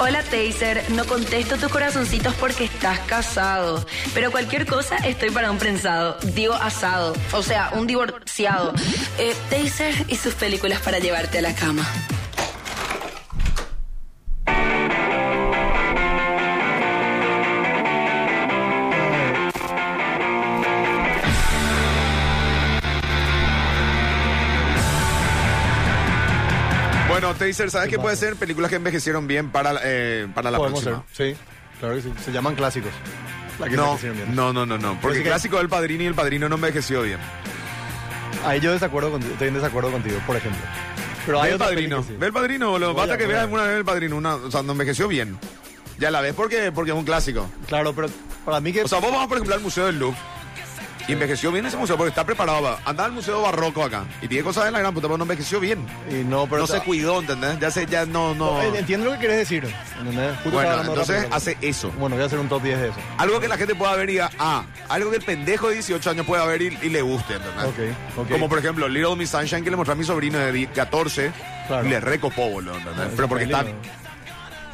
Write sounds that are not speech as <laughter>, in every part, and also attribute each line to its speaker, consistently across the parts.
Speaker 1: Hola Taser, no contesto tus corazoncitos porque estás casado. Pero cualquier cosa estoy para un prensado. Digo asado. O sea, un divorciado. Eh, Taser y sus películas para llevarte a la cama.
Speaker 2: Bueno, Taser, ¿sabes qué puede ser? Películas que envejecieron bien para, eh, para la
Speaker 3: Podemos
Speaker 2: próxima.
Speaker 3: ser. Sí, claro que sí. Se llaman clásicos. La que se
Speaker 2: No,
Speaker 3: hicieron bien.
Speaker 2: no, no, no, no. Porque
Speaker 3: Así
Speaker 2: el
Speaker 3: que-
Speaker 2: clásico del padrino y el padrino no envejeció bien.
Speaker 3: Ahí yo desacuerdo contigo, estoy en desacuerdo contigo, por ejemplo. Pero
Speaker 2: Ve
Speaker 3: hay
Speaker 2: el
Speaker 3: otras pelis
Speaker 2: padrino.
Speaker 3: que sí.
Speaker 2: Ve el padrino, boludo.
Speaker 3: Voy a-
Speaker 2: Basta que
Speaker 3: voy a
Speaker 2: veas
Speaker 3: ver.
Speaker 2: alguna vez el padrino. Una, o sea, no envejeció bien. Ya la ves porque, porque es un clásico.
Speaker 3: Claro, pero para mí que...
Speaker 2: O sea, vos vas, por ejemplo, al Museo del Louvre. Y envejeció bien ese museo porque está preparado. para- Anda al Museo Barroco acá. Y tiene cosas de la gran puta, pero no envejeció bien.
Speaker 3: y no, pero
Speaker 2: no se cuidó, ¿entendés? Ya se, ya no, no.
Speaker 3: No, en- Entiendo lo que quieres decir. ¿entendés? Justo estaba
Speaker 2: Bueno,
Speaker 3: hablando
Speaker 2: entonces
Speaker 3: rápido.
Speaker 2: hace eso.
Speaker 3: Bueno, voy a hacer un top 10 de eso.
Speaker 2: Algo que la gente pueda ver y diga, ah, algo que el pendejo de 18 años pueda ver y, y le guste, ¿entendés?
Speaker 3: Ok, ok.
Speaker 2: Como por ejemplo, Little Miss Sunshine que le mostré a mi sobrino de 10, 14
Speaker 3: Claro.
Speaker 2: y le recopó, boludo, ¿entendés?
Speaker 3: Ah,
Speaker 2: Pero porque
Speaker 3: está
Speaker 2: está,
Speaker 3: lindo.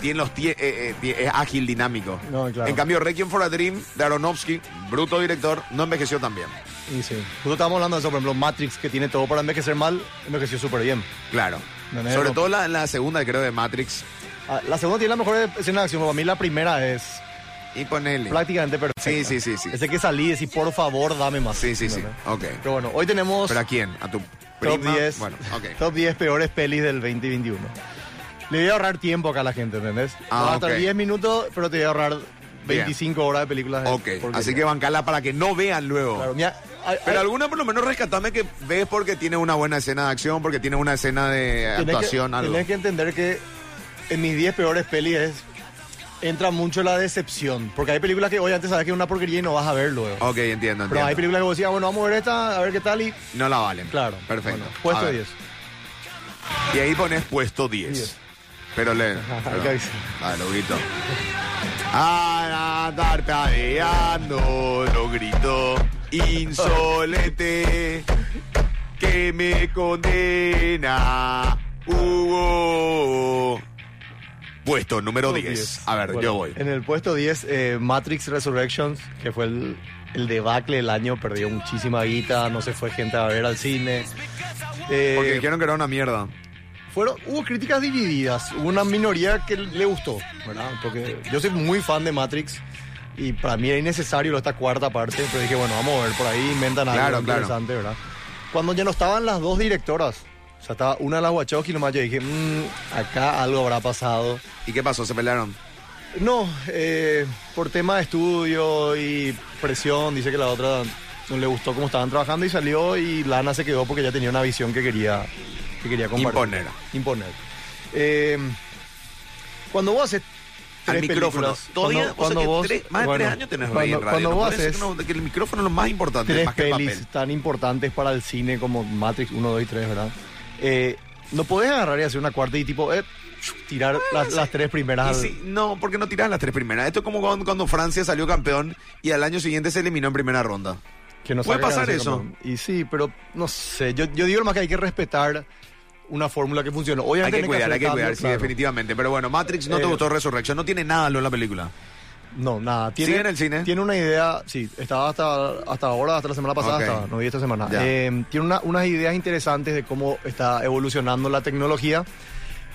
Speaker 2: tiene los tie- eh, eh, tie- es ágil, dinámico.
Speaker 3: No, claro.
Speaker 2: En cambio, Requiem for a Dream de Aronofsky, bruto director, no envejeció tan bien.
Speaker 3: Y sí. Justo estábamos hablando de eso, por ejemplo, Matrix, que tiene todo para envejecer mal, envejeció súper bien.
Speaker 2: Claro.
Speaker 3: No, no,
Speaker 2: Sobre
Speaker 3: no.
Speaker 2: todo la, la segunda, creo, de Matrix.
Speaker 3: Ah, La segunda tiene la mejor escena de acción, para mí la primera es
Speaker 2: Y ponele.
Speaker 3: prácticamente perfecta.
Speaker 2: Sí, sí, sí, sí.
Speaker 3: Ese que salí y decís, por favor, dame más.
Speaker 2: Sí, sí, sí. Ok.
Speaker 3: Pero bueno, hoy tenemos
Speaker 2: ¿Pero a quién? ¿A tu
Speaker 3: top
Speaker 2: prima?
Speaker 3: 10,
Speaker 2: Bueno, ok.
Speaker 3: top 10 peores pelis del 2021. Le voy a ahorrar tiempo acá a la gente, ¿entendés?
Speaker 2: Ah,
Speaker 3: Va a
Speaker 2: ok.
Speaker 3: estar 10 minutos, pero te voy a ahorrar 25 horas de películas. de
Speaker 2: Ok, así
Speaker 3: porquería.
Speaker 2: que bancala para que no vean luego.
Speaker 3: Claro, mira, hay-
Speaker 2: Pero
Speaker 3: hay-
Speaker 2: alguna por lo menos rescatame que ves porque tiene una buena escena de acción, porque tiene una escena de
Speaker 3: Tienes
Speaker 2: actuación,
Speaker 3: que,
Speaker 2: algo.
Speaker 3: Tienes que entender que en mis 10 peores pelis es- entra mucho la decepción. Porque hay películas que hoy antes sabes que es una porquería y no vas a ver luego.
Speaker 2: Ok, entiendo,
Speaker 3: Pero
Speaker 2: entiendo.
Speaker 3: hay películas que vos decías, bueno, vamos a ver esta, a ver qué tal y...
Speaker 2: No la valen.
Speaker 3: Claro.
Speaker 2: Perfecto.
Speaker 3: Bueno, puesto
Speaker 2: A ver.
Speaker 3: 10.
Speaker 2: Y ahí pones puesto 10.
Speaker 3: 10.
Speaker 2: Pero le.
Speaker 3: hay que avisar.
Speaker 2: Dale, lo grito. A andar padeando, lo grito insolente que me condena Hugo. Puesto número 10. A ver,
Speaker 3: Bueno,
Speaker 2: yo voy.
Speaker 3: En el puesto 10, eh, Matrix Resurrections, que fue el, el debacle del año, perdió muchísima guita, no se fue gente a ver al cine. Eh,
Speaker 2: Porque dijeron que era una mierda.
Speaker 3: fueron, hubo críticas divididas, hubo una minoría que le gustó, ¿verdad? Porque yo soy muy fan de Matrix y para mí era innecesario esta cuarta parte, pero dije, bueno, vamos a ver, por ahí inventan algo
Speaker 2: Claro, claro.
Speaker 3: interesante, ¿verdad? Cuando ya no estaban las dos directoras, o sea, estaba una de las Wachowski nomás, yo dije, "Mm, acá algo habrá pasado.
Speaker 2: ¿Y qué pasó? ¿Se pelearon?
Speaker 3: No, eh, por tema de estudio y presión, dice que la otra no le gustó cómo estaban trabajando y salió y Lana se quedó porque ya tenía una visión que quería, que quería compartir.
Speaker 2: Imponer.
Speaker 3: Imponer. Eh, cuando vos haces
Speaker 2: Al
Speaker 3: tres
Speaker 2: micrófono.
Speaker 3: películas,
Speaker 2: Todavía,
Speaker 3: cuando-
Speaker 2: o sea
Speaker 3: cuando
Speaker 2: que
Speaker 3: vos-
Speaker 2: tres- más de
Speaker 3: bueno,
Speaker 2: tres años tenés
Speaker 3: cuando,
Speaker 2: ahí en radio.
Speaker 3: cuando
Speaker 2: ¿no?
Speaker 3: vos
Speaker 2: Parece
Speaker 3: haces
Speaker 2: que, no- que el micrófono es lo más importante,
Speaker 3: tres
Speaker 2: más que el
Speaker 3: pelis
Speaker 2: papel.
Speaker 3: tan importantes para el cine como Matrix 1, 2 y 3, ¿verdad? Eh, no podés agarrar y hacer una cuarta y tipo, eh, tirar las, las tres primeras.
Speaker 2: Ah, Y
Speaker 3: al-
Speaker 2: sí, no, porque no tiras las tres primeras. Esto es como cuando, cuando Francia salió campeón y al año siguiente se eliminó en primera ronda.
Speaker 3: Que no
Speaker 2: Puede
Speaker 3: salga
Speaker 2: pasar
Speaker 3: ganador,
Speaker 2: eso.
Speaker 3: campeón. Y sí, pero no sé. Yo, yo digo más que hay que respetar una fórmula que funciona.
Speaker 2: Hay
Speaker 3: Obviamente
Speaker 2: que cuidar, hay que
Speaker 3: hacer
Speaker 2: cuidar,
Speaker 3: cambios,
Speaker 2: sí,
Speaker 3: claro.
Speaker 2: definitivamente. Pero bueno, Matrix no te
Speaker 3: Eh,
Speaker 2: gustó Resurrection, no tiene nada lo en la película.
Speaker 3: No, nada. Tiene,
Speaker 2: ¿Sigue en el cine?
Speaker 3: Tiene una idea, sí, estaba hasta, hasta ahora, hasta la semana pasada,
Speaker 2: Ok.
Speaker 3: hasta- no vi esta semana.
Speaker 2: Ya.
Speaker 3: Eh, tiene una- unas ideas interesantes de cómo está evolucionando la tecnología.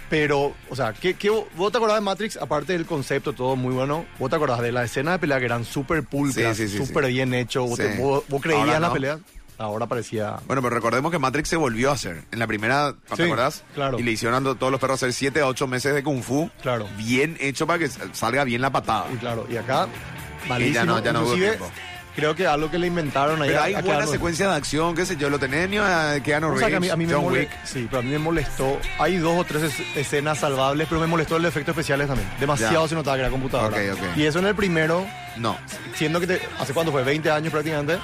Speaker 3: Pero, o sea, ¿qué, qué, vos te acordás de Matrix? Aparte del concepto, todo muy bueno. ¿Vos te acordás de las escenas de pelea que eran súper pulcras,
Speaker 2: Sí,
Speaker 3: súper
Speaker 2: sí, sí, sí.
Speaker 3: bien hecho? ¿Vos, te-
Speaker 2: Sí.
Speaker 3: vos- vos creías
Speaker 2: Ahora
Speaker 3: en las
Speaker 2: no.
Speaker 3: peleas? Ahora parecía
Speaker 2: Bueno, pero recordemos que Matrix se volvió a hacer. En la primera, ¿te
Speaker 3: Sí,
Speaker 2: acordás?
Speaker 3: claro.
Speaker 2: Y le hicieron a todos los perros hacer 7 a 8 meses de Kung Fu.
Speaker 3: Claro.
Speaker 2: Bien hecho para que salga bien la patada.
Speaker 3: Y claro, y acá, malísimo.
Speaker 2: ya no- ya no hubo
Speaker 3: Inclusive,
Speaker 2: tiempo.
Speaker 3: creo que algo que le inventaron ahí.
Speaker 2: Pero
Speaker 3: a-
Speaker 2: hay
Speaker 3: a
Speaker 2: buena
Speaker 3: Keanu.
Speaker 2: secuencia de acción, qué sé yo, lo tenés, ni a Keanu
Speaker 3: O sea, que a mí,
Speaker 2: Reeves,
Speaker 3: a mí me
Speaker 2: John
Speaker 3: mole-
Speaker 2: Wick.
Speaker 3: Sí, pero a mí me molestó. Hay dos o tres es- escenas salvables, pero me molestó el efecto especiales también. Demasiado
Speaker 2: Ya.
Speaker 3: se notaba que era computadora.
Speaker 2: Ok, ok.
Speaker 3: Y eso en el primero,
Speaker 2: No.
Speaker 3: siendo que te- hace cuánto fue, 20 años prácticamente,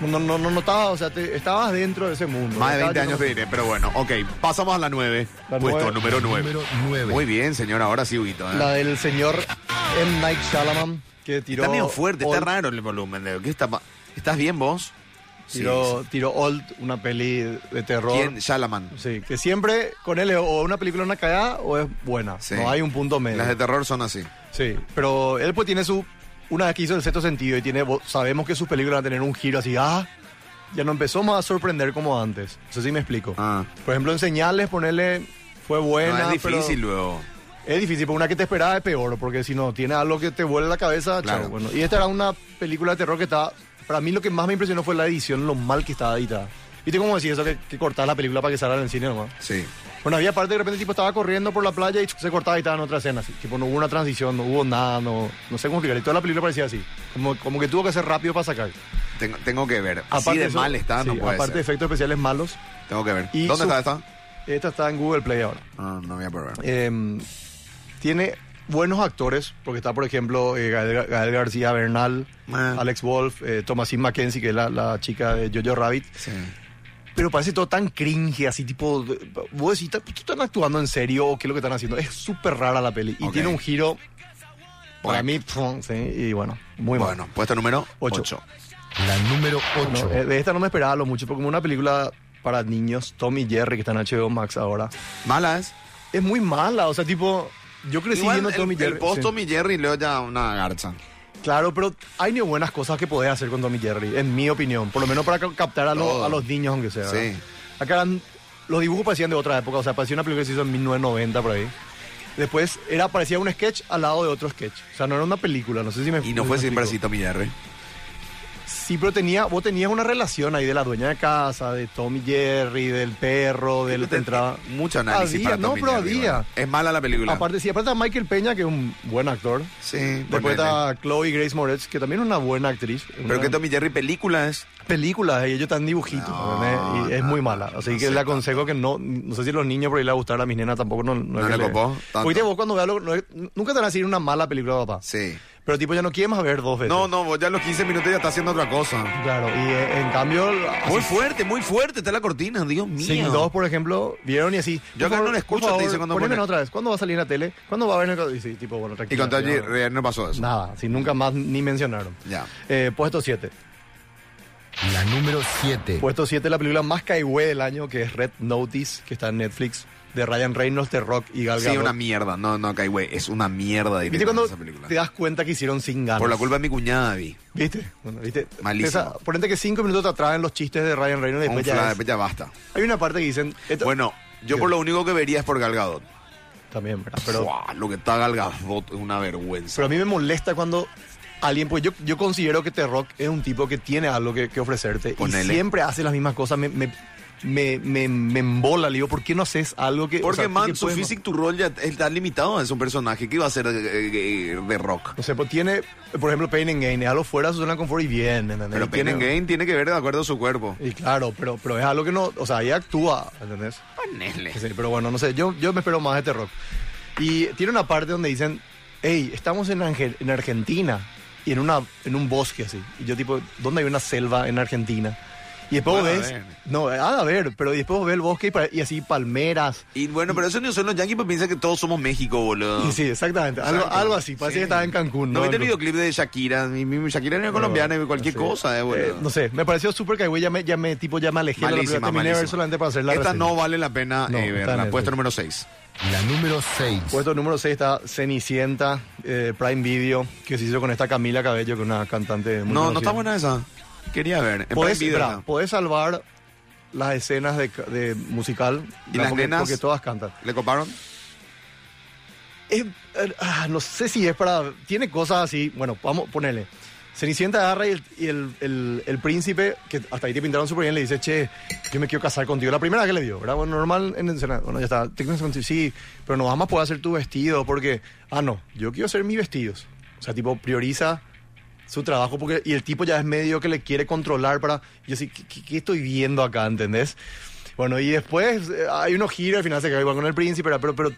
Speaker 3: no, no, no notaba, o sea, te- estabas dentro de ese mundo.
Speaker 2: Más de
Speaker 3: Estaba
Speaker 2: 20 años te
Speaker 3: lleno-
Speaker 2: diré, pero bueno, ok, pasamos a la 9,
Speaker 3: La
Speaker 2: puesto
Speaker 3: nueve.
Speaker 2: número 9.
Speaker 4: Número nueve.
Speaker 2: Muy bien, señor, ahora sí, Huguito. ¿eh?
Speaker 3: La del señor M. Night Shyamalan, que tiró...
Speaker 2: Está medio fuerte,
Speaker 3: All-
Speaker 2: está raro el volumen. Leo. ¿Qué está pa- ¿Estás bien vos?
Speaker 3: Tiró, tiró Old, una peli de terror.
Speaker 2: ¿Quién? Shalaman.
Speaker 3: Sí, que siempre con él es o una película una cagada o es buena.
Speaker 2: Sí.
Speaker 3: No hay un punto medio.
Speaker 2: Las de terror son así.
Speaker 3: Sí, pero él pues tiene su... Una vez que hizo el sexto sentido y tiene... vo- Sabemos que sus películas van a tener un giro así, ah... Ya no empezó más a sorprender como antes. No sé si me explico.
Speaker 2: Ah.
Speaker 3: Por ejemplo, en señales, ponerle... Fue buena,
Speaker 2: no, es
Speaker 3: pero-
Speaker 2: difícil luego.
Speaker 3: es difícil, pero una que te esperaba es peor, porque si no, tiene algo que te vuelve la cabeza,
Speaker 2: Claro.
Speaker 3: chao, Bueno, y esta era una película de terror que estaba. Para mí lo que más me impresionó fue la edición, lo mal que estaba editada. ¿Viste cómo decía eso? Que, que cortás la película para que salga en el cine nomás.
Speaker 2: Sí.
Speaker 3: Bueno, había parte que de repente el tipo estaba corriendo por la playa y se cortaba y estaba en otra escena. Así. Tipo, no hubo una transición, no hubo nada, no, no sé cómo explicar. Y toda la película parecía así. Como, como que tuvo que ser rápido para sacar.
Speaker 2: Tengo, tengo que ver. Así de
Speaker 3: eso-
Speaker 2: mal está, no
Speaker 3: sí,
Speaker 2: puede
Speaker 3: Aparte de
Speaker 2: ser.
Speaker 3: efectos especiales malos.
Speaker 2: Tengo que ver.
Speaker 3: y
Speaker 2: ¿Dónde
Speaker 3: su-
Speaker 2: está esta?
Speaker 3: Esta está en Google Play ahora.
Speaker 2: Ah, no voy a probar.
Speaker 3: eh, tiene buenos actores, porque está, por ejemplo, eh, Gael, Gael García Bernal,
Speaker 2: Ah.
Speaker 3: Alex Wolf, eh, Thomasine Mackenzie, que es la, la chica de Jojo Rabbit,
Speaker 2: Sí.
Speaker 3: pero parece todo tan cringe, así tipo, de- vos decís, ¿tú están actuando en serio o qué es lo que están haciendo? Es súper rara la peli y
Speaker 2: Ok.
Speaker 3: tiene un giro, para
Speaker 2: Bueno.
Speaker 3: mí, pfum, sí, y bueno, muy mal.
Speaker 2: bueno, puesto número
Speaker 3: Ocho.
Speaker 2: 8.
Speaker 4: La número
Speaker 3: No,
Speaker 4: 8.
Speaker 3: eh, de esta no me esperaba lo mucho, porque como una película para niños, Tommy Jerry, que está en HBO Max ahora,
Speaker 2: Mala es.
Speaker 3: es muy mala, o sea, tipo, yo crecí
Speaker 2: Igual
Speaker 3: viendo
Speaker 2: el,
Speaker 3: Pues Tommy Jerry.
Speaker 2: el post
Speaker 3: sí.
Speaker 2: Tommy Jerry luego ya una
Speaker 3: <laughs>
Speaker 2: garza.
Speaker 3: Claro, pero hay ni buenas cosas que podés hacer con Tommy Jerry, en mi opinión. Por lo menos para ca- captar a, los-
Speaker 2: Todo.
Speaker 3: a los niños, aunque sea.
Speaker 2: Sí.
Speaker 3: Acá eran- los dibujos parecían de otra época, o sea, parecía una película que se hizo en 1990 por ahí. Después era, parecía un sketch al lado de otro sketch. O sea, no era una película, no sé si me
Speaker 2: Y no
Speaker 3: me
Speaker 2: fue siempre así
Speaker 3: explico.
Speaker 2: Tommy Jerry.
Speaker 3: Sí, pero tenía, vos tenías una relación ahí de la dueña de casa, de Tommy Jerry, del perro, del que entraba.
Speaker 2: Mucho análisis
Speaker 3: Había,
Speaker 2: para
Speaker 3: no,
Speaker 2: Tommy
Speaker 3: pero
Speaker 2: Jerry,
Speaker 3: había.
Speaker 2: bueno. Es mala la película.
Speaker 3: Aparte, sí, aparte está Michael Peña, que es un buen actor.
Speaker 2: sí,
Speaker 3: Después
Speaker 2: ponele.
Speaker 3: está Chloe Grace Moretz, que también es una buena actriz.
Speaker 2: Pero
Speaker 3: una-
Speaker 2: que Tommy Jerry película es.
Speaker 3: películas y ellos están dibujitos
Speaker 2: No,
Speaker 3: ¿entendés? y es
Speaker 2: no,
Speaker 3: muy mala así
Speaker 2: no
Speaker 3: que
Speaker 2: sé
Speaker 3: le aconsejo que no no sé si a los niños por ahí le va a gustar a mis nenas tampoco no,
Speaker 2: No
Speaker 3: es
Speaker 2: le
Speaker 3: que
Speaker 2: copó tanto.
Speaker 3: Oíste, vos cuando veas algo no es- nunca te van a decir una mala película papá
Speaker 2: Sí.
Speaker 3: pero tipo ya no quieres más ver dos veces
Speaker 2: No, no, vos ya a los 15 minutos ya está haciendo otra cosa.
Speaker 3: claro y eh, en cambio
Speaker 2: Muy
Speaker 3: así,
Speaker 2: fuerte, muy fuerte está la cortina, Dios mío.
Speaker 3: Sing 2 por ejemplo vieron y así
Speaker 2: Yo
Speaker 3: por
Speaker 2: acá
Speaker 3: favor,
Speaker 2: no le escucho, te
Speaker 3: por favor,
Speaker 2: dice cuando
Speaker 3: poneme
Speaker 2: pone.
Speaker 3: otra vez ¿cuándo va a salir en la tele? ¿cuándo va a ver en el... y sí, tipo bueno
Speaker 2: Y
Speaker 3: tranquilo
Speaker 2: con Tommy
Speaker 3: ya,
Speaker 2: Jerry no pasó eso.
Speaker 3: nada así nunca más ni mencionaron
Speaker 2: Ya.
Speaker 3: Eh, puesto 7
Speaker 4: La número 7.
Speaker 3: Puesto 7, la película más caigüe del año, que es Red Notice, que está en Netflix, de Ryan Reynolds, The Rock y Gal
Speaker 2: Sí,
Speaker 3: Gadot.
Speaker 2: una mierda. No, no, Kai, güey. Es una mierda
Speaker 3: ¿Viste cuando
Speaker 2: esa película.
Speaker 3: te das cuenta que hicieron sin ganas?
Speaker 2: Por la culpa de mi cuñada, vi.
Speaker 3: ¿Viste? Bueno, ¿viste?
Speaker 2: Malísimo.
Speaker 3: ponente que cinco minutos te atraen los chistes de Ryan Reynolds y
Speaker 2: Un
Speaker 3: después
Speaker 2: fla-
Speaker 3: ya, es-
Speaker 2: después ya basta.
Speaker 3: Hay una parte que dicen... esto-
Speaker 2: Bueno, yo
Speaker 3: ¿Qué?
Speaker 2: por lo único que vería es por Galgado.
Speaker 3: También, ¿verdad?
Speaker 2: Pero
Speaker 3: Pero,
Speaker 2: lo que está Galgado es una vergüenza.
Speaker 3: pero a mí me molesta cuando alguien... Pues yo, yo considero que The Rock es un tipo que tiene algo que, que ofrecerte.
Speaker 2: Ponele.
Speaker 3: Y siempre hace las mismas cosas. Me... me me, me, me embola, le digo, ¿por qué no haces algo que... o
Speaker 2: Porque,
Speaker 3: sea, que
Speaker 2: man, su
Speaker 3: puedes-
Speaker 2: físico, tu rol ya está limitado. Es un personaje que iba a ser eh, eh, de rock.
Speaker 3: No sé, pues tiene, por ejemplo, Pain and Gain, es algo fuera, Susana Confort y bien, ¿entendés?
Speaker 2: Pero
Speaker 3: Y
Speaker 2: Pain
Speaker 3: tiene-
Speaker 2: and Gain tiene que ver de acuerdo a su cuerpo.
Speaker 3: Y claro, pero, pero es algo que no, o sea, ella actúa, ¿entendés?
Speaker 2: Ponele.
Speaker 3: Sí, pero bueno, no sé, yo, yo me espero más de este rock. Y tiene una parte donde dicen, hey, estamos en, Ange- en Argentina y en, una, en un bosque así. Y yo tipo, ¿dónde hay una selva en Argentina? Y después vos
Speaker 2: Van a
Speaker 3: ves,
Speaker 2: ver.
Speaker 3: no, eh, ha a ver, pero después vos ves el bosque y pa- y, así palmeras.
Speaker 2: Y bueno, pero eso no son los yankees, pues piensan que todos somos México, boludo.
Speaker 3: Y sí, exactamente, algo,
Speaker 2: Ah. Exacto.
Speaker 3: algo así,
Speaker 2: Sí.
Speaker 3: parecía que estaba en Cancún.
Speaker 2: ¿No viste el
Speaker 3: En-
Speaker 2: videoclip de Shakira? Mi, mi- Shakira era colombiana y cualquier
Speaker 3: Sí.
Speaker 2: cosa, eh, boludo.
Speaker 3: Eh, no sé, me pareció súper que güey, ya me, ya me, tipo, ya me alejé de la
Speaker 2: Malísima,
Speaker 3: película, terminé de ver
Speaker 2: malísima.
Speaker 3: solamente para hacer la
Speaker 2: Esta
Speaker 3: reseña.
Speaker 2: no vale la pena
Speaker 3: No,
Speaker 2: eh,
Speaker 3: está en
Speaker 2: verla.
Speaker 3: Netflix.
Speaker 2: Puesto número 6.
Speaker 4: La número 6.
Speaker 3: Puesto número 6 está Cenicienta, eh, Prime Video, que se hizo con esta Camila Cabello, que es una cantante
Speaker 2: No,
Speaker 3: muy
Speaker 2: no
Speaker 3: conocida.
Speaker 2: está buena esa. Quería ver. En
Speaker 3: Podés,
Speaker 2: Prime Video
Speaker 3: espera,
Speaker 2: está.
Speaker 3: podés salvar las escenas de, ca- de musical
Speaker 2: ¿Y las
Speaker 3: porque,
Speaker 2: nenas?
Speaker 3: porque todas cantan.
Speaker 2: ¿Le coparon?
Speaker 3: Es- eh, ah, no sé si es para... Tiene cosas así... Bueno, vamos, ponele. Cenicienta agarra y, el, y el- el- el príncipe, que hasta ahí te pintaron súper bien, le dice, che, yo me quiero casar contigo. La primera que le vio, ¿verdad? Bueno, normal en el Senado. Bueno, ya está. Te casas contigo, Sí, pero no vas más poder hacer tu vestido porque... Ah, no, yo quiero hacer mis vestidos. O sea, tipo, prioriza su trabajo porque... Y el tipo ya es medio que le quiere controlar para... Yo sí, ¿qué, qué- qué estoy viendo acá? ¿Entendés? Bueno, y después eh, hay unos giros, al final se cae igual con el príncipe, ¿verdad? pero, pero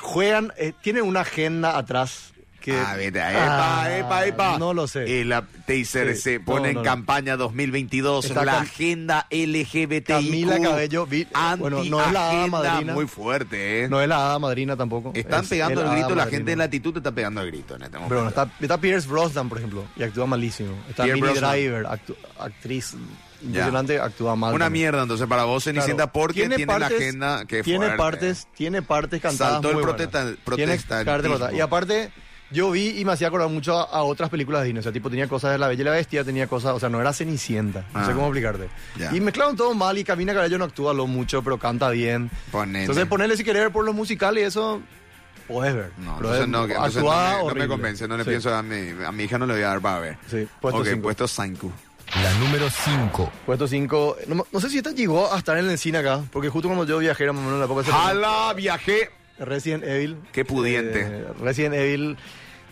Speaker 3: juegan, eh, tienen una agenda atrás que-
Speaker 2: Ah, vete, eh, epa,
Speaker 3: Ah,
Speaker 2: epa, epa.
Speaker 3: No lo sé.
Speaker 2: Y la Taser
Speaker 3: Sí,
Speaker 2: se pone
Speaker 3: no,
Speaker 2: en
Speaker 3: no, no.
Speaker 2: campaña 2022
Speaker 3: Está
Speaker 2: la
Speaker 3: Cam-
Speaker 2: agenda LGBTIQ.
Speaker 3: Camila Cabello, vi- eh, bueno, no es la hada
Speaker 2: antiagenda
Speaker 3: madrina.
Speaker 2: muy fuerte, ¿eh?
Speaker 3: No es la hada madrina tampoco.
Speaker 2: Están
Speaker 3: es
Speaker 2: pegando el
Speaker 3: hada
Speaker 2: grito, la
Speaker 3: madrina.
Speaker 2: gente en latitud te está pegando el grito en este momento.
Speaker 3: Pero bueno, está, está Pierce Brosnan, por ejemplo, y actúa malísimo. Está
Speaker 2: Pierce
Speaker 3: Minnie
Speaker 2: Brosnan.
Speaker 3: Driver, actu- actriz impresionante, actúa mal.
Speaker 2: Una
Speaker 3: también.
Speaker 2: mierda, entonces, para vos,
Speaker 3: Claro.
Speaker 2: Cenicienta, porque tiene, la
Speaker 3: partes-
Speaker 2: agenda que
Speaker 3: tiene
Speaker 2: fuerte.
Speaker 3: partes tiene partes cantadas
Speaker 2: Saltó el
Speaker 3: muy
Speaker 2: protesta-
Speaker 3: buenas.
Speaker 2: protestantismo.
Speaker 3: Tiene partes cantadas. y aparte yo vi y me hacía acordar mucho a, a otras películas de Disney o sea tipo tenía cosas de la Bella y la Bestia tenía cosas o sea no era Cenicienta no
Speaker 2: Ah.
Speaker 3: sé cómo explicarte
Speaker 2: Ya.
Speaker 3: y mezclaron todo mal y Camina Cabello no actúa lo mucho pero canta bien
Speaker 2: Ponele.
Speaker 3: entonces ponerle si querer por los musicales eso podés ver
Speaker 2: No,
Speaker 3: Pero
Speaker 2: entonces
Speaker 3: es-
Speaker 2: no, que- entonces no
Speaker 3: eh, actúa
Speaker 2: me- no me,
Speaker 3: horrible.
Speaker 2: convence, no le
Speaker 3: Sí.
Speaker 2: pienso a mi, a mi hija, no le voy a dar para ver.
Speaker 3: Sí, puesto
Speaker 2: Ok,
Speaker 3: cinco.
Speaker 2: puesto cinco.
Speaker 4: La número 5.
Speaker 3: Puesto 5. No, me- no sé si esta llegó a estar en el cine acá, porque justo cuando yo viajé era más o menos la época de
Speaker 2: ¡Jala, viajé!
Speaker 3: Resident Evil.
Speaker 2: Qué pudiente.
Speaker 3: Eh, Resident Evil.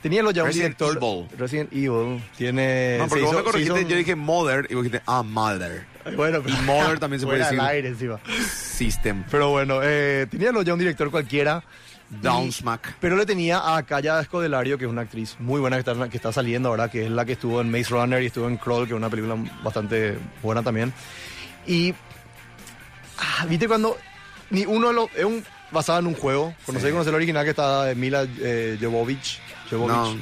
Speaker 3: Tenía lo ya un
Speaker 2: Resident
Speaker 3: director.
Speaker 2: Evil.
Speaker 3: Resident Evil. Tiene.
Speaker 2: No, porque
Speaker 3: Eh, se
Speaker 2: vos
Speaker 3: hizo-
Speaker 2: me corregiste,
Speaker 3: se hizo un-
Speaker 2: yo dije mother y vos dijiste, ah, mother.
Speaker 3: Bueno, pero.
Speaker 2: y Mother también se puede
Speaker 3: <laughs> Fuera del
Speaker 2: decir.
Speaker 3: aire encima.
Speaker 2: System.
Speaker 3: Pero bueno, eh, tenía lo ya un director cualquiera.
Speaker 2: Down
Speaker 3: Y-
Speaker 2: smack.
Speaker 3: Pero le tenía a Calla Escodelario, que es una actriz muy buena que está, que está saliendo ahora, que es la que estuvo en Maze Runner y estuvo en Crawl, que es una película bastante buena también. Y. ah, ¿Viste cuando.? Ni uno de los. Es un, basado en un juego. Conocí,
Speaker 2: Sí.
Speaker 3: conocí el original que está Mila eh, Jovovich. Jovovich.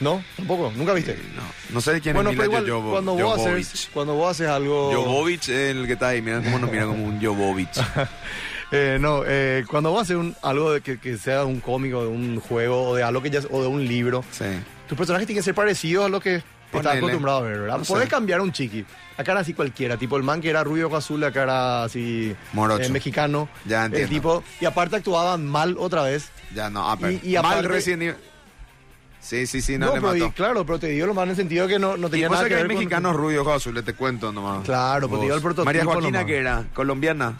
Speaker 3: No. tampoco. Nunca viste.
Speaker 2: No, no sé Eh, quién
Speaker 3: bueno,
Speaker 2: es
Speaker 3: pero
Speaker 2: Mila
Speaker 3: igual,
Speaker 2: Jovo-
Speaker 3: cuando, vos haces,
Speaker 2: Jovovich.
Speaker 3: cuando vos haces algo.
Speaker 2: Jovovich es el que está ahí, mira cómo nos mira como un
Speaker 3: <laughs>
Speaker 2: Jovovich.
Speaker 3: Eh, no, eh, cuando vos haces un, algo de que, que sea un cómico, de un juego, o de algo que ya, o de un libro,
Speaker 2: Sí.
Speaker 3: tus personajes tienen que ser parecidos a lo que
Speaker 2: Ponele.
Speaker 3: estás acostumbrado a ver, ¿verdad?
Speaker 2: No sé.
Speaker 3: Podés cambiar un chiqui. Acá era así cualquiera, tipo el man que era rubio con azul, acá era así
Speaker 2: Morocho.
Speaker 3: eh, mexicano.
Speaker 2: Ya entiendo.
Speaker 3: El tipo, y aparte actuaban mal otra vez.
Speaker 2: Ya no, ah, pero-
Speaker 3: Y- y
Speaker 2: Mal
Speaker 3: aparte-
Speaker 2: Resident Evil. Sí, sí, sí, no, le
Speaker 3: pero, y
Speaker 2: mató.
Speaker 3: claro, pero te dio lo mal en el sentido que no, no
Speaker 2: Y
Speaker 3: tenía
Speaker 2: vos
Speaker 3: nada
Speaker 2: sabés
Speaker 3: que
Speaker 2: que hay
Speaker 3: ver con-
Speaker 2: mexicanos rubios, Josu, le te cuento nomás.
Speaker 3: Claro,
Speaker 2: Vos.
Speaker 3: porque yo el prototipo
Speaker 2: María Joaquina,
Speaker 3: nomás.
Speaker 2: que era colombiana.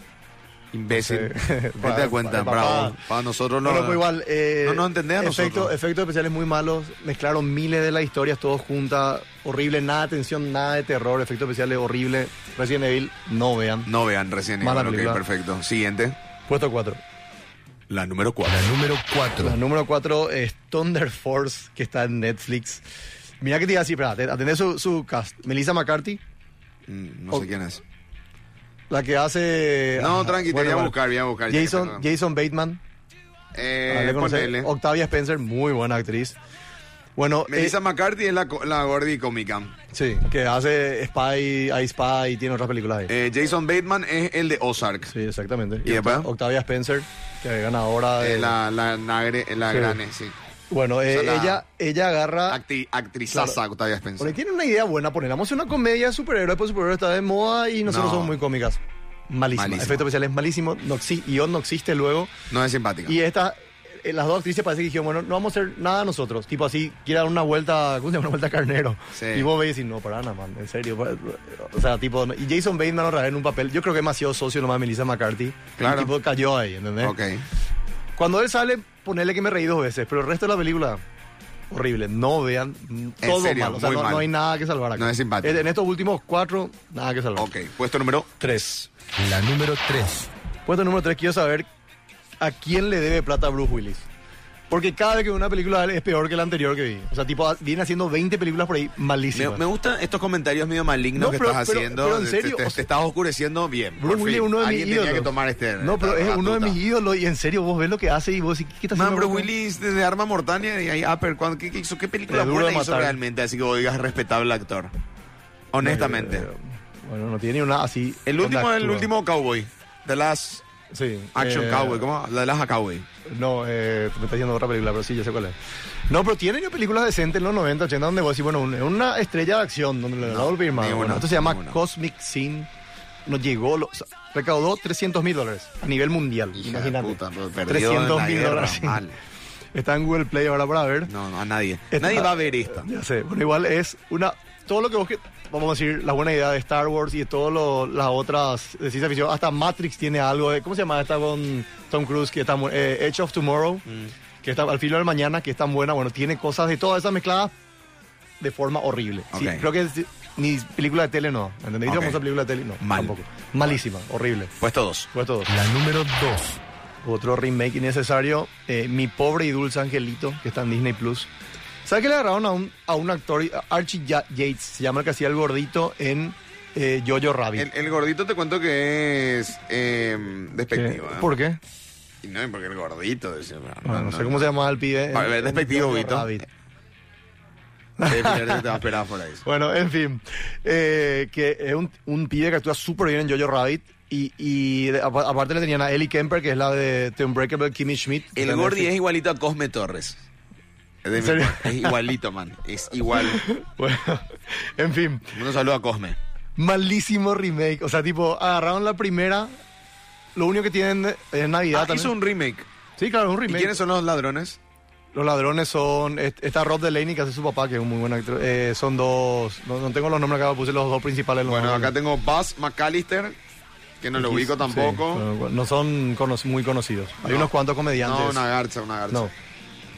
Speaker 2: Imbécil. <laughs>
Speaker 3: Sí.
Speaker 2: No te
Speaker 3: Pa-
Speaker 2: das cuenta,
Speaker 3: pa-
Speaker 2: bravo.
Speaker 3: pa-
Speaker 2: Para nosotros no.
Speaker 3: Bueno, pues igual. eh,
Speaker 2: no nos entendés a
Speaker 3: efecto-
Speaker 2: nosotros.
Speaker 3: Efectos especiales muy malos. Mezclaron miles de las historias, todos juntas. Horrible, nada de tensión, nada de terror. Efectos especiales horrible. Resident Evil, no vean.
Speaker 2: No vean Resident
Speaker 3: Mala
Speaker 2: Evil. Ok,
Speaker 3: película.
Speaker 2: perfecto. Siguiente.
Speaker 3: Puesto 4.
Speaker 2: La número
Speaker 4: La
Speaker 2: 4.
Speaker 4: número 4.
Speaker 3: La número 4 es Thunder Force, que está en Netflix. Mira que te iba a decir, espera, te- atendé su, su cast. Melissa McCarthy,
Speaker 2: No sé
Speaker 3: Ok.
Speaker 2: quién es.
Speaker 3: la que hace.
Speaker 2: No,
Speaker 3: ajá,
Speaker 2: tranqui, te voy a buscar, voy a buscar, ya que
Speaker 3: Jason,
Speaker 2: perdón.
Speaker 3: Jason Bateman,
Speaker 2: Eh,
Speaker 3: ah, le conoces,
Speaker 2: ponele.
Speaker 3: Octavia Spencer, muy buena actriz. Bueno, eh,
Speaker 2: Melissa McCarthy es la, co- la gordi cómica.
Speaker 3: Sí, que hace Spy, I Spy y tiene otras películas ahí.
Speaker 2: Eh, Jason Bateman es el de Ozark.
Speaker 3: sí, exactamente.
Speaker 2: ¿y
Speaker 3: Octa-
Speaker 2: después?
Speaker 3: Octavia Spencer, que ganadora de...
Speaker 2: Eh, la la, nagre- la
Speaker 3: Sí.
Speaker 2: grane, sí.
Speaker 3: Bueno, eh,
Speaker 2: sea, la-
Speaker 3: ella, ella agarra...
Speaker 2: Acti- actrizaza,
Speaker 3: Claro.
Speaker 2: Octavia Spencer.
Speaker 3: Porque tiene una idea buena, poner. Vamos a hacer una comedia de superhéroes, pues superhéroes está de moda y nosotros
Speaker 2: No.
Speaker 3: somos muy cómicas. Malísima.
Speaker 2: Malísimo.
Speaker 3: Efectos especiales malísimo. No exi- guión no existe luego.
Speaker 2: No es simpática.
Speaker 3: Y esta, eh, las dos actrices parece que dijeron, bueno, no vamos a hacer nada nosotros. Tipo así, quiere dar una vuelta, ¿cómo se llama? Una vuelta carnero.
Speaker 2: Sí.
Speaker 3: Y vos veis y no, para nada, man, en serio. pa- O sea, tipo, no- y Jason Bateman otra vez en un papel, yo creo que es demasiado socio nomás de Melissa McCarthy.
Speaker 2: Claro.
Speaker 3: El tipo cayó ahí, ¿entendés?
Speaker 2: Ok.
Speaker 3: Cuando él sale, ponele que me reí dos veces, pero el resto de la película... Horrible, no vean mm,
Speaker 2: En
Speaker 3: todo
Speaker 2: serio,
Speaker 3: mal. O sea,
Speaker 2: muy
Speaker 3: no,
Speaker 2: mal.
Speaker 3: no hay nada que salvar acá.
Speaker 2: No es simpático.
Speaker 3: En- En estos últimos cuatro, nada que salvar.
Speaker 2: Ok. Puesto número.
Speaker 3: Tres.
Speaker 4: La número 3.
Speaker 3: Puesto número 3, quiero saber a quién le debe plata Bruce Willis. Porque cada vez que veo una película de él es peor que la anterior que vi. O sea, tipo, viene haciendo 20 películas por ahí
Speaker 2: Me,
Speaker 3: malísimas.
Speaker 2: me gustan estos comentarios medio malignos
Speaker 3: No,
Speaker 2: que
Speaker 3: pero-
Speaker 2: estás
Speaker 3: pero-
Speaker 2: haciendo.
Speaker 3: pero en
Speaker 2: Te-
Speaker 3: serio,
Speaker 2: te,
Speaker 3: o
Speaker 2: te
Speaker 3: sea-
Speaker 2: estás oscureciendo bien. por
Speaker 3: Bruce Willis es
Speaker 2: fin.
Speaker 3: uno de mis
Speaker 2: Alguien
Speaker 3: ídolos.
Speaker 2: tenía que tomar este.
Speaker 3: No, pero
Speaker 2: esta
Speaker 3: es uno de
Speaker 2: batuta.
Speaker 3: mis ídolos y en serio vos ves lo que hace y vos decís, ¿qué está haciendo?
Speaker 2: Man, Bruce
Speaker 3: Bruce
Speaker 2: Willis desde Arma Mortal y ahí Upper, ¿cuándo- ¿qué, qué hizo? ¿Qué película
Speaker 3: Es duro
Speaker 2: buena
Speaker 3: de
Speaker 2: hizo
Speaker 3: matar.
Speaker 2: realmente? Así que vos digas respetable actor.
Speaker 3: Willis?
Speaker 2: Honestamente.
Speaker 3: Eh, bueno, no tiene ni una así.
Speaker 2: el
Speaker 3: donde
Speaker 2: último, el
Speaker 3: actúa.
Speaker 2: último Cowboy. The Last
Speaker 3: Sí.
Speaker 2: Action
Speaker 3: eh,
Speaker 2: Cowboy. ¿Cómo? The Last Cowboy.
Speaker 3: No, eh, me está diciendo otra película, pero sí, ya sé cuál es. No, pero tiene películas decentes en los 90, 80, donde vos decís, bueno, un- una estrella de acción, donde le
Speaker 2: No,
Speaker 3: no, Birdman.
Speaker 2: ni
Speaker 3: Bueno,
Speaker 2: una,
Speaker 3: esto se llama
Speaker 2: ni una.
Speaker 3: Cosmic Sin. Nos llegó, lo- o sea, recaudó 300 mil dólares a nivel mundial.
Speaker 2: Hija de
Speaker 3: imagínate.
Speaker 2: puta, pero perdió en
Speaker 3: 300
Speaker 2: la
Speaker 3: mil
Speaker 2: guerra,
Speaker 3: dólares. sí.
Speaker 2: mal.
Speaker 3: Está en Google Play ahora para ver.
Speaker 2: No, no, a nadie.
Speaker 3: Esta-
Speaker 2: nadie va a ver esta.
Speaker 3: Ya sé, bueno, igual es una. Todo lo que vos que. Vamos a decir, la buena idea de Star Wars y de todas las otras de ciencia ficción. Hasta Matrix tiene algo de. ¿Cómo se llama esta con Tom Cruise? Que está, mu- eh, Edge of Tomorrow.
Speaker 2: Mm.
Speaker 3: Que está al filo del mañana, que es tan buena. Bueno, tiene cosas de todas esas mezcladas de forma horrible. Sí,
Speaker 2: Ok.
Speaker 3: creo que es- ni película de tele no. ¿Entendéis?
Speaker 2: Ok.
Speaker 3: La famosa película de tele no.
Speaker 2: Mal.
Speaker 3: Tampoco. Malísima, horrible.
Speaker 2: Pues todos.
Speaker 3: Fue todo.
Speaker 4: La número 2.
Speaker 3: Otro remake innecesario. eh, Mi pobre y dulce angelito, que está en Disney Plus. ¿Sabes que le agarraron a un, a un actor, Archie Ya- Yates, se llama el que hacía el gordito en eh, Jojo Rabbit?
Speaker 2: El, el gordito te cuento que es eh, despectivo.
Speaker 3: ¿Qué?
Speaker 2: ¿eh?
Speaker 3: ¿Por qué?
Speaker 2: Y No, porque el gordito. decía, no,
Speaker 3: Bueno, no, sé cómo se llamaba el pibe. en-
Speaker 2: A ver,
Speaker 3: en
Speaker 2: despectivo,
Speaker 3: Jojo
Speaker 2: Vito.
Speaker 3: Rabbit.
Speaker 2: Sí, fíjate, te va a esperar por
Speaker 3: <laughs>
Speaker 2: ahí.
Speaker 3: Bueno, en fin. Eh, que es un, un pibe que actúa súper bien en Jojo Rabbit. Y, y de- apa- aparte le tenían a Ellie Kemper, que es la de The Unbreakable Kimmy Schmidt.
Speaker 2: El
Speaker 3: La
Speaker 2: Gordi es
Speaker 3: Netflix.
Speaker 2: igualito a Cosme Torres. Es, de mi-
Speaker 3: serio?
Speaker 2: es igualito, man. Es igual.
Speaker 3: Bueno, <laughs> en fin.
Speaker 2: Un saludo a Cosme.
Speaker 3: Malísimo remake. O sea, tipo, agarraron la primera. Lo único que tienen es Navidad
Speaker 2: Ah,
Speaker 3: también.
Speaker 2: hizo un remake.
Speaker 3: Sí, claro, es un
Speaker 2: ¿Y
Speaker 3: remake.
Speaker 2: quiénes son los ladrones?
Speaker 3: Los ladrones son. est- Está Rob Delaney, que hace su papá, que es un muy buen actor. Eh, son dos. No, no tengo los nombres acá, puse los dos principales. los
Speaker 2: Bueno,
Speaker 3: nombres.
Speaker 2: acá tengo Buzz McAllister, que no lo
Speaker 3: Sí,
Speaker 2: ubico
Speaker 3: sí,
Speaker 2: tampoco.
Speaker 3: pero no son cono- muy conocidos. Hay
Speaker 2: No.
Speaker 3: unos cuantos comediantes.
Speaker 2: No, una garza, una garza.
Speaker 3: No.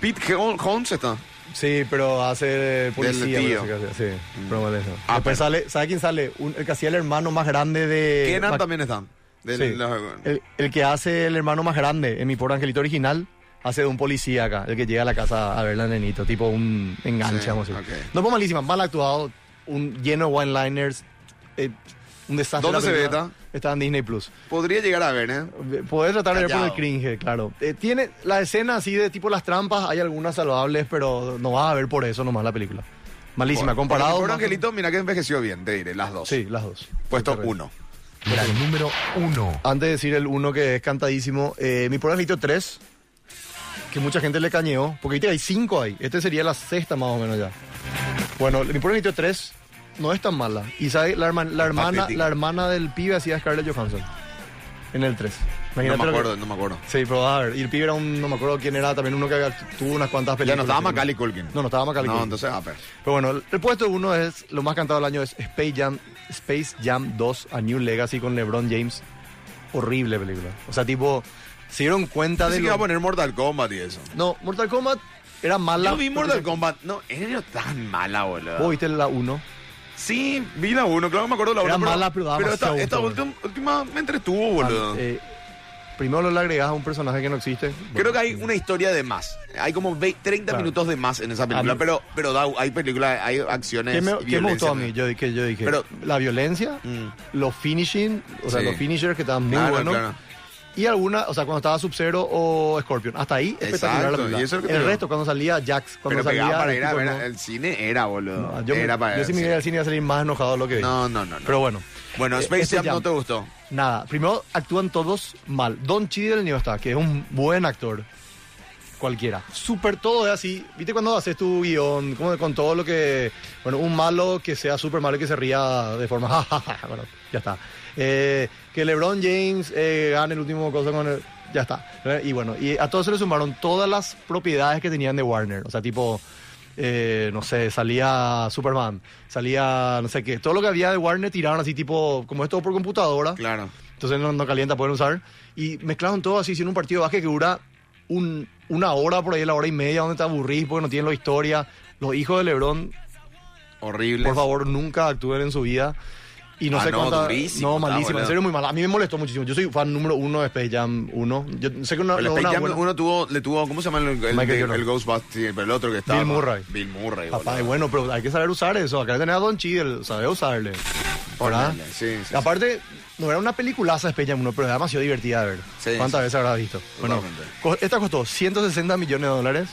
Speaker 2: Pete Hel- Holmes está.
Speaker 3: Sí, pero hace eh, policía.
Speaker 2: tío.
Speaker 3: parece que hace, sí, pero vale, no.
Speaker 2: Ah, pero-
Speaker 3: Después sale, ¿sabe quién sale? Un- el que hacía el hermano más grande de...
Speaker 2: Kenan
Speaker 3: Eh, Mac-
Speaker 2: también está. Del-
Speaker 3: sí. Eh.
Speaker 2: los-
Speaker 3: el, el que hace el hermano más grande en mi pobre angelito original hace de un policía acá, el que llega a la casa a ver al nenito, tipo un enganche,
Speaker 2: Sí,
Speaker 3: vamos a decir.
Speaker 2: ok.
Speaker 3: No fue malísima, mal actuado, un lleno de one-liners, eh, un desastre.
Speaker 2: ¿Dónde
Speaker 3: la
Speaker 2: se ve
Speaker 3: película. Está en Disney+. Plus.
Speaker 2: Podría llegar a ver, ¿eh?
Speaker 3: Podés tratar de ver por el
Speaker 2: Callado.
Speaker 3: cringe, claro. Eh, tiene la escena así de tipo las trampas, hay algunas salvables, pero no vas a ver por eso nomás la película. Malísima,
Speaker 2: Por-
Speaker 3: comparado.
Speaker 2: por mi pobre
Speaker 3: más-
Speaker 2: Angelito, mira que envejeció bien, te diré, las dos.
Speaker 3: Sí, las dos.
Speaker 2: Puesto
Speaker 3: Correcto.
Speaker 2: uno.
Speaker 4: La número 1.
Speaker 3: Antes de decir el uno que es cantadísimo, eh, mi pobre angelito 3, que mucha gente le cañeó, porque ahorita hay cinco ahí. Este sería la sexta más o menos ya. Bueno, mi pobre angelito 3 no es tan mala. Y sabe, la, herma- la hermana,
Speaker 2: Patética.
Speaker 3: la hermana del pibe hacía Scarlett Johansson en el 3.
Speaker 2: No
Speaker 3: Imagínate
Speaker 2: me
Speaker 3: lo que-
Speaker 2: acuerdo, no me acuerdo.
Speaker 3: Sí, pero a ver, y el pibe era un, no me acuerdo quién era, también uno que tuvo unas cuantas
Speaker 2: Ya
Speaker 3: películas.
Speaker 2: no estaba Macaulay Culkin.
Speaker 3: No, no estaba Macaulay
Speaker 2: No,
Speaker 3: Culkin.
Speaker 2: entonces, ah, a ver.
Speaker 3: Pero bueno, el, el puesto uno es, lo más cantado del año es Space Jam, Space Jam 2, A New Legacy con LeBron James. Horrible película. O sea, tipo, se dieron cuenta de
Speaker 2: Así que
Speaker 3: lo-
Speaker 2: iba a poner Mortal Kombat y eso.
Speaker 3: No, Mortal Kombat era mala.
Speaker 2: Yo vi
Speaker 3: pero-
Speaker 2: Mortal Kombat. No, era tan mala, boludo.
Speaker 3: Vos viste la 1.
Speaker 2: Sí, vi la 1, claro que me acuerdo de la 1.
Speaker 3: Era mala, pero daba más
Speaker 2: esta,
Speaker 3: show, eh,
Speaker 2: esta
Speaker 3: todo.
Speaker 2: última, última me entretuvo, boludo.
Speaker 3: Ah, primero le agregás a un personaje que no existe.
Speaker 2: Creo que hay una historia de más. Hay como ve- 30
Speaker 3: Claro.
Speaker 2: minutos de más en esa película,
Speaker 3: A mí-
Speaker 2: pero, pero da- hay películas, hay acciones.
Speaker 3: ¿Qué me,
Speaker 2: y
Speaker 3: qué me gustó a
Speaker 2: violencia.
Speaker 3: mí? Yo, di- que yo dije,
Speaker 2: Pero-
Speaker 3: la violencia,
Speaker 2: Mm.
Speaker 3: los finishing, o sea,
Speaker 2: Sí.
Speaker 3: los finishers que estaban muy
Speaker 2: Claro,
Speaker 3: buenos.
Speaker 2: claro.
Speaker 3: Y alguna, o sea, cuando estaba Sub-Zero o Scorpion. Hasta ahí, espectacular
Speaker 2: Exacto,
Speaker 3: la película.
Speaker 2: y eso es lo que te
Speaker 3: el
Speaker 2: digo.
Speaker 3: resto, cuando salía Jax, cuando
Speaker 2: Pero
Speaker 3: salía...
Speaker 2: pegaba para ir a
Speaker 3: tipo,
Speaker 2: ver
Speaker 3: no,
Speaker 2: el cine, era, boludo.
Speaker 3: no, yo, me-
Speaker 2: era para
Speaker 3: yo
Speaker 2: ir
Speaker 3: si
Speaker 2: al
Speaker 3: me iba
Speaker 2: cine.
Speaker 3: al cine iba a salir más enojado de lo que vi.
Speaker 2: No, no, no. no.
Speaker 3: Pero bueno.
Speaker 2: bueno,
Speaker 3: Eh,
Speaker 2: Space
Speaker 3: este
Speaker 2: Jam no
Speaker 3: Jam.
Speaker 2: te gustó.
Speaker 3: Nada, primero actúan todos mal. Don Cheadle no está, que es un buen actor. Cualquiera. Súper todo es así. ¿Viste cuando haces tu guión? Como con todo lo que. Bueno, un malo que sea súper malo y que se ría de forma. <laughs> "Ja, ja, ja". bueno, ya está. Eh, que LeBron James eh, gane el último cosa con el- Ya está. Eh, Y bueno, y a todos se le sumaron todas las propiedades que tenían de Warner. O sea, tipo. eh, no sé, salía Superman, salía no sé qué. Todo lo que había de Warner tiraron así, tipo, como es todo por computadora.
Speaker 2: Claro.
Speaker 3: Entonces no, no calienta, pueden usar. Y mezclaron todo así, hicieron un partido de básquet que dura un- una hora, por ahí la hora y media, donde te aburrís porque no tienen la historia. Los hijos de Lebron,
Speaker 2: Horrible.
Speaker 3: por favor, nunca actúen en su vida. Y no
Speaker 2: Ah,
Speaker 3: sé
Speaker 2: no,
Speaker 3: cuánta-
Speaker 2: durísimo,
Speaker 3: No,
Speaker 2: está,
Speaker 3: malísimo, en
Speaker 2: boludo.
Speaker 3: serio, muy mal. A mí me molestó muchísimo. Yo soy fan número uno de Space Jam 1. Yo sé que
Speaker 2: Pero
Speaker 3: una, no
Speaker 2: el
Speaker 3: es
Speaker 2: Space
Speaker 3: una
Speaker 2: Jam
Speaker 3: buena-
Speaker 2: uno tuvo, le tuvo, ¿cómo se llama el, el,
Speaker 3: Michael
Speaker 2: el-
Speaker 3: Jordan.
Speaker 2: el Ghostbusters? Sí, Pero el otro que estaba.
Speaker 3: Bill Murray.
Speaker 2: Bill Murray,
Speaker 3: Papá,
Speaker 2: boludo.
Speaker 3: y bueno, pero hay que saber usar eso. Acá tenés a Don Cheadle, sabe usarle. ¿Verdad?
Speaker 2: Ponele, sí, sí, sí.
Speaker 3: Aparte, no era una peliculaza de Space Jam 1, pero era demasiado divertida de ver.
Speaker 2: Sí,
Speaker 3: ¿Cuántas
Speaker 2: sí.
Speaker 3: veces habrás visto? Bueno,
Speaker 2: Totalmente.
Speaker 3: co- esta costó 160 millones de dólares,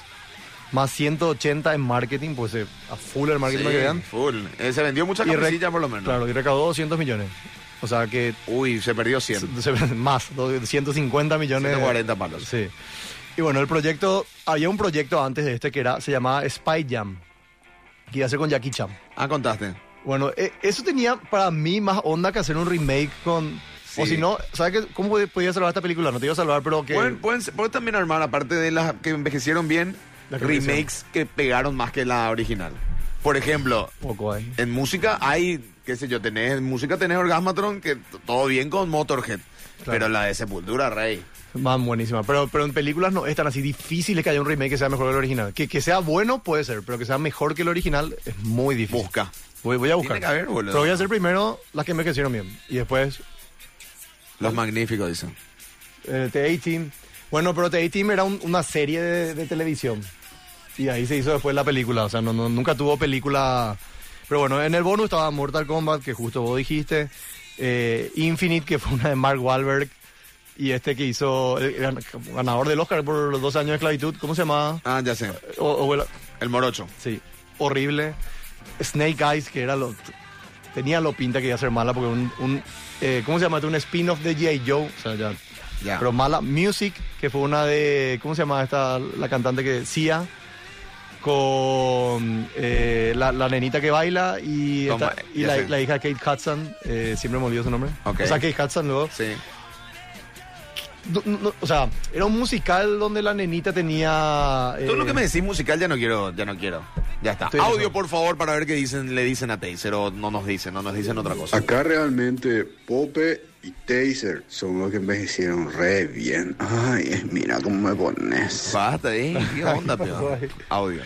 Speaker 3: más 180 en marketing, pues eh, a full el marketing
Speaker 2: Sí,
Speaker 3: para que vean.
Speaker 2: full. Eh, se vendió mucha
Speaker 3: Y re-
Speaker 2: camisilla por lo menos.
Speaker 3: Claro, y recaudó 200 millones. O sea que
Speaker 2: Uy, se perdió 100.
Speaker 3: se- se- más, do- 150 millones.
Speaker 2: 140 palos.
Speaker 3: Sí. Y bueno, el proyecto, había un proyecto antes de este que era, se llamaba Spy Jam, que iba a ser con Jackie Chan.
Speaker 2: Ah, contaste.
Speaker 3: Bueno, e- eso tenía para mí más onda que hacer un remake con... O
Speaker 2: Sí.
Speaker 3: si no, ¿sabes qué? cómo pod- podía salvar esta película? No te iba a salvar, pero que...
Speaker 2: Pueden, pueden, pueden también armar, aparte de las que envejecieron bien,
Speaker 3: Las que
Speaker 2: remakes que pegaron más que la original. Por ejemplo,
Speaker 3: Poco eh. ahí.
Speaker 2: en música hay, qué sé yo, tenés, en música tenés Orgasmatron, que t- todo bien con Motorhead. Pero la de Sepultura, rey.
Speaker 3: Más buenísima. Pero, pero en películas no es tan así difícil que haya un remake que sea mejor que el original. Que, que sea bueno puede ser, pero que sea mejor que el original es muy difícil.
Speaker 2: Busca.
Speaker 3: Voy, voy a buscar.
Speaker 2: que haber, boludo.
Speaker 3: Pero voy a hacer primero las que me envejecieron bien. Y después
Speaker 2: Los magníficos, dicen.
Speaker 3: eh, The A-Team. Bueno, pero The A-Team era un- una serie de, de televisión. Y ahí se hizo después la película. O sea, no, no- nunca tuvo película. Pero bueno, en el bonus estaba Mortal Kombat, que justo vos dijiste. eh, Infinite, que fue una de Mark Wahlberg. Y este que hizo. el gan- ganador del Oscar por los dos años de esclavitud. ¿Cómo se llamaba?
Speaker 2: Ah, ya sé.
Speaker 3: O- o el-
Speaker 2: El morocho.
Speaker 3: Sí, horrible. Snake Eyes, que era lo. Tenía lo pinta que iba a ser mala, porque un. un, eh, ¿Cómo se llama? Un spin-off de G.I. Joe. O sea, ya.
Speaker 2: Ya.
Speaker 3: Pero mala. Music, que fue una de. ¿Cómo se llama esta? La cantante que. Sia. Con eh, la, la nenita que baila y,
Speaker 2: Toma,
Speaker 3: esta- y
Speaker 2: ya
Speaker 3: la,
Speaker 2: sé.
Speaker 3: la hija de Kate Hudson. eh, siempre me olvido su nombre.
Speaker 2: Ok.
Speaker 3: O sea, Kate Hudson luego.
Speaker 2: Sí.
Speaker 3: No, no, o sea, era un musical donde la nenita tenía.
Speaker 2: Todo lo
Speaker 3: eh,
Speaker 2: que me decís musical ya no quiero, ya no quiero. Ya está.
Speaker 3: Estoy de
Speaker 2: Audio,
Speaker 3: acuerdo.
Speaker 2: por favor, para ver qué dicen, le dicen a Taser o no nos dicen, no nos dicen otra
Speaker 3: Ah.
Speaker 2: cosa.
Speaker 5: Acá realmente Pope y Taser son los que envejecieron re bien. Ay, mira cómo me pones.
Speaker 2: Basta, ¿eh? ¿Qué onda, peor?
Speaker 3: <laughs> ay.
Speaker 2: Audio.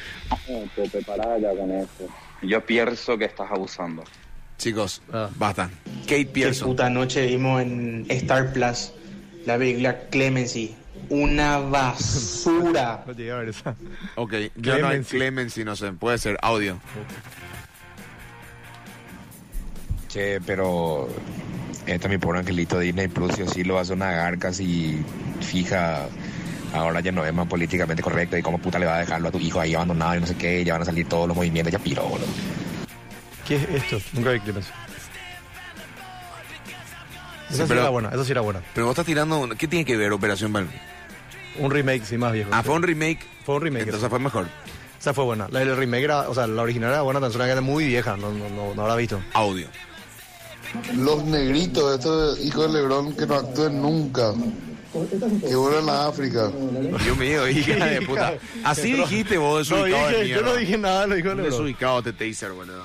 Speaker 6: Pope, pará ya con esto. Yo pienso que estás abusando.
Speaker 2: Chicos,
Speaker 3: Ah.
Speaker 2: basta. Kate
Speaker 7: Qué
Speaker 2: Pearson.
Speaker 7: puta noche vimos en Star Plus la película Clemency. Una basura.
Speaker 3: <laughs> No llegué a ver esa.
Speaker 2: Ok, yo no
Speaker 3: Clemency.
Speaker 2: Clemency, no sé, puede ser. Audio.
Speaker 8: Che, Eh, pero este mi pobre angelito Disney Plus sí o sí lo va a sonagar casi fija. Ahora ya no es más políticamente correcto y cómo puta le va a dejarlo a tu hijo ahí abandonado y no sé qué, ya van a salir todos los movimientos, ya piró, boludo.
Speaker 3: ¿Qué es esto? Nunca vi clips. Esa sí,
Speaker 2: pero-
Speaker 3: era buena, esa sí era buena.
Speaker 2: Pero vos estás tirando. ¿Qué tiene que ver Operación Valkyrie?
Speaker 3: Un remake, sí, más viejo.
Speaker 2: Ah, fue un remake.
Speaker 3: Fue un remake.
Speaker 2: Entonces fue mejor.
Speaker 3: Esa fue buena. La del remake era, o sea, la original era buena, tan solo que era muy vieja, no, no, no, no habrá <laughs> visto.
Speaker 2: Audio.
Speaker 9: Los negritos, estos hijos de Lebrón que no actúen nunca. Que vuelan a África.
Speaker 2: Dios mío,
Speaker 3: <laughs>
Speaker 2: hija de puta. Así dijiste vos,
Speaker 3: No
Speaker 2: desubicado de
Speaker 3: dije, yo
Speaker 2: mierda.
Speaker 3: no dije nada, lo dijo el
Speaker 2: Un Desubicado este Taser, boludo.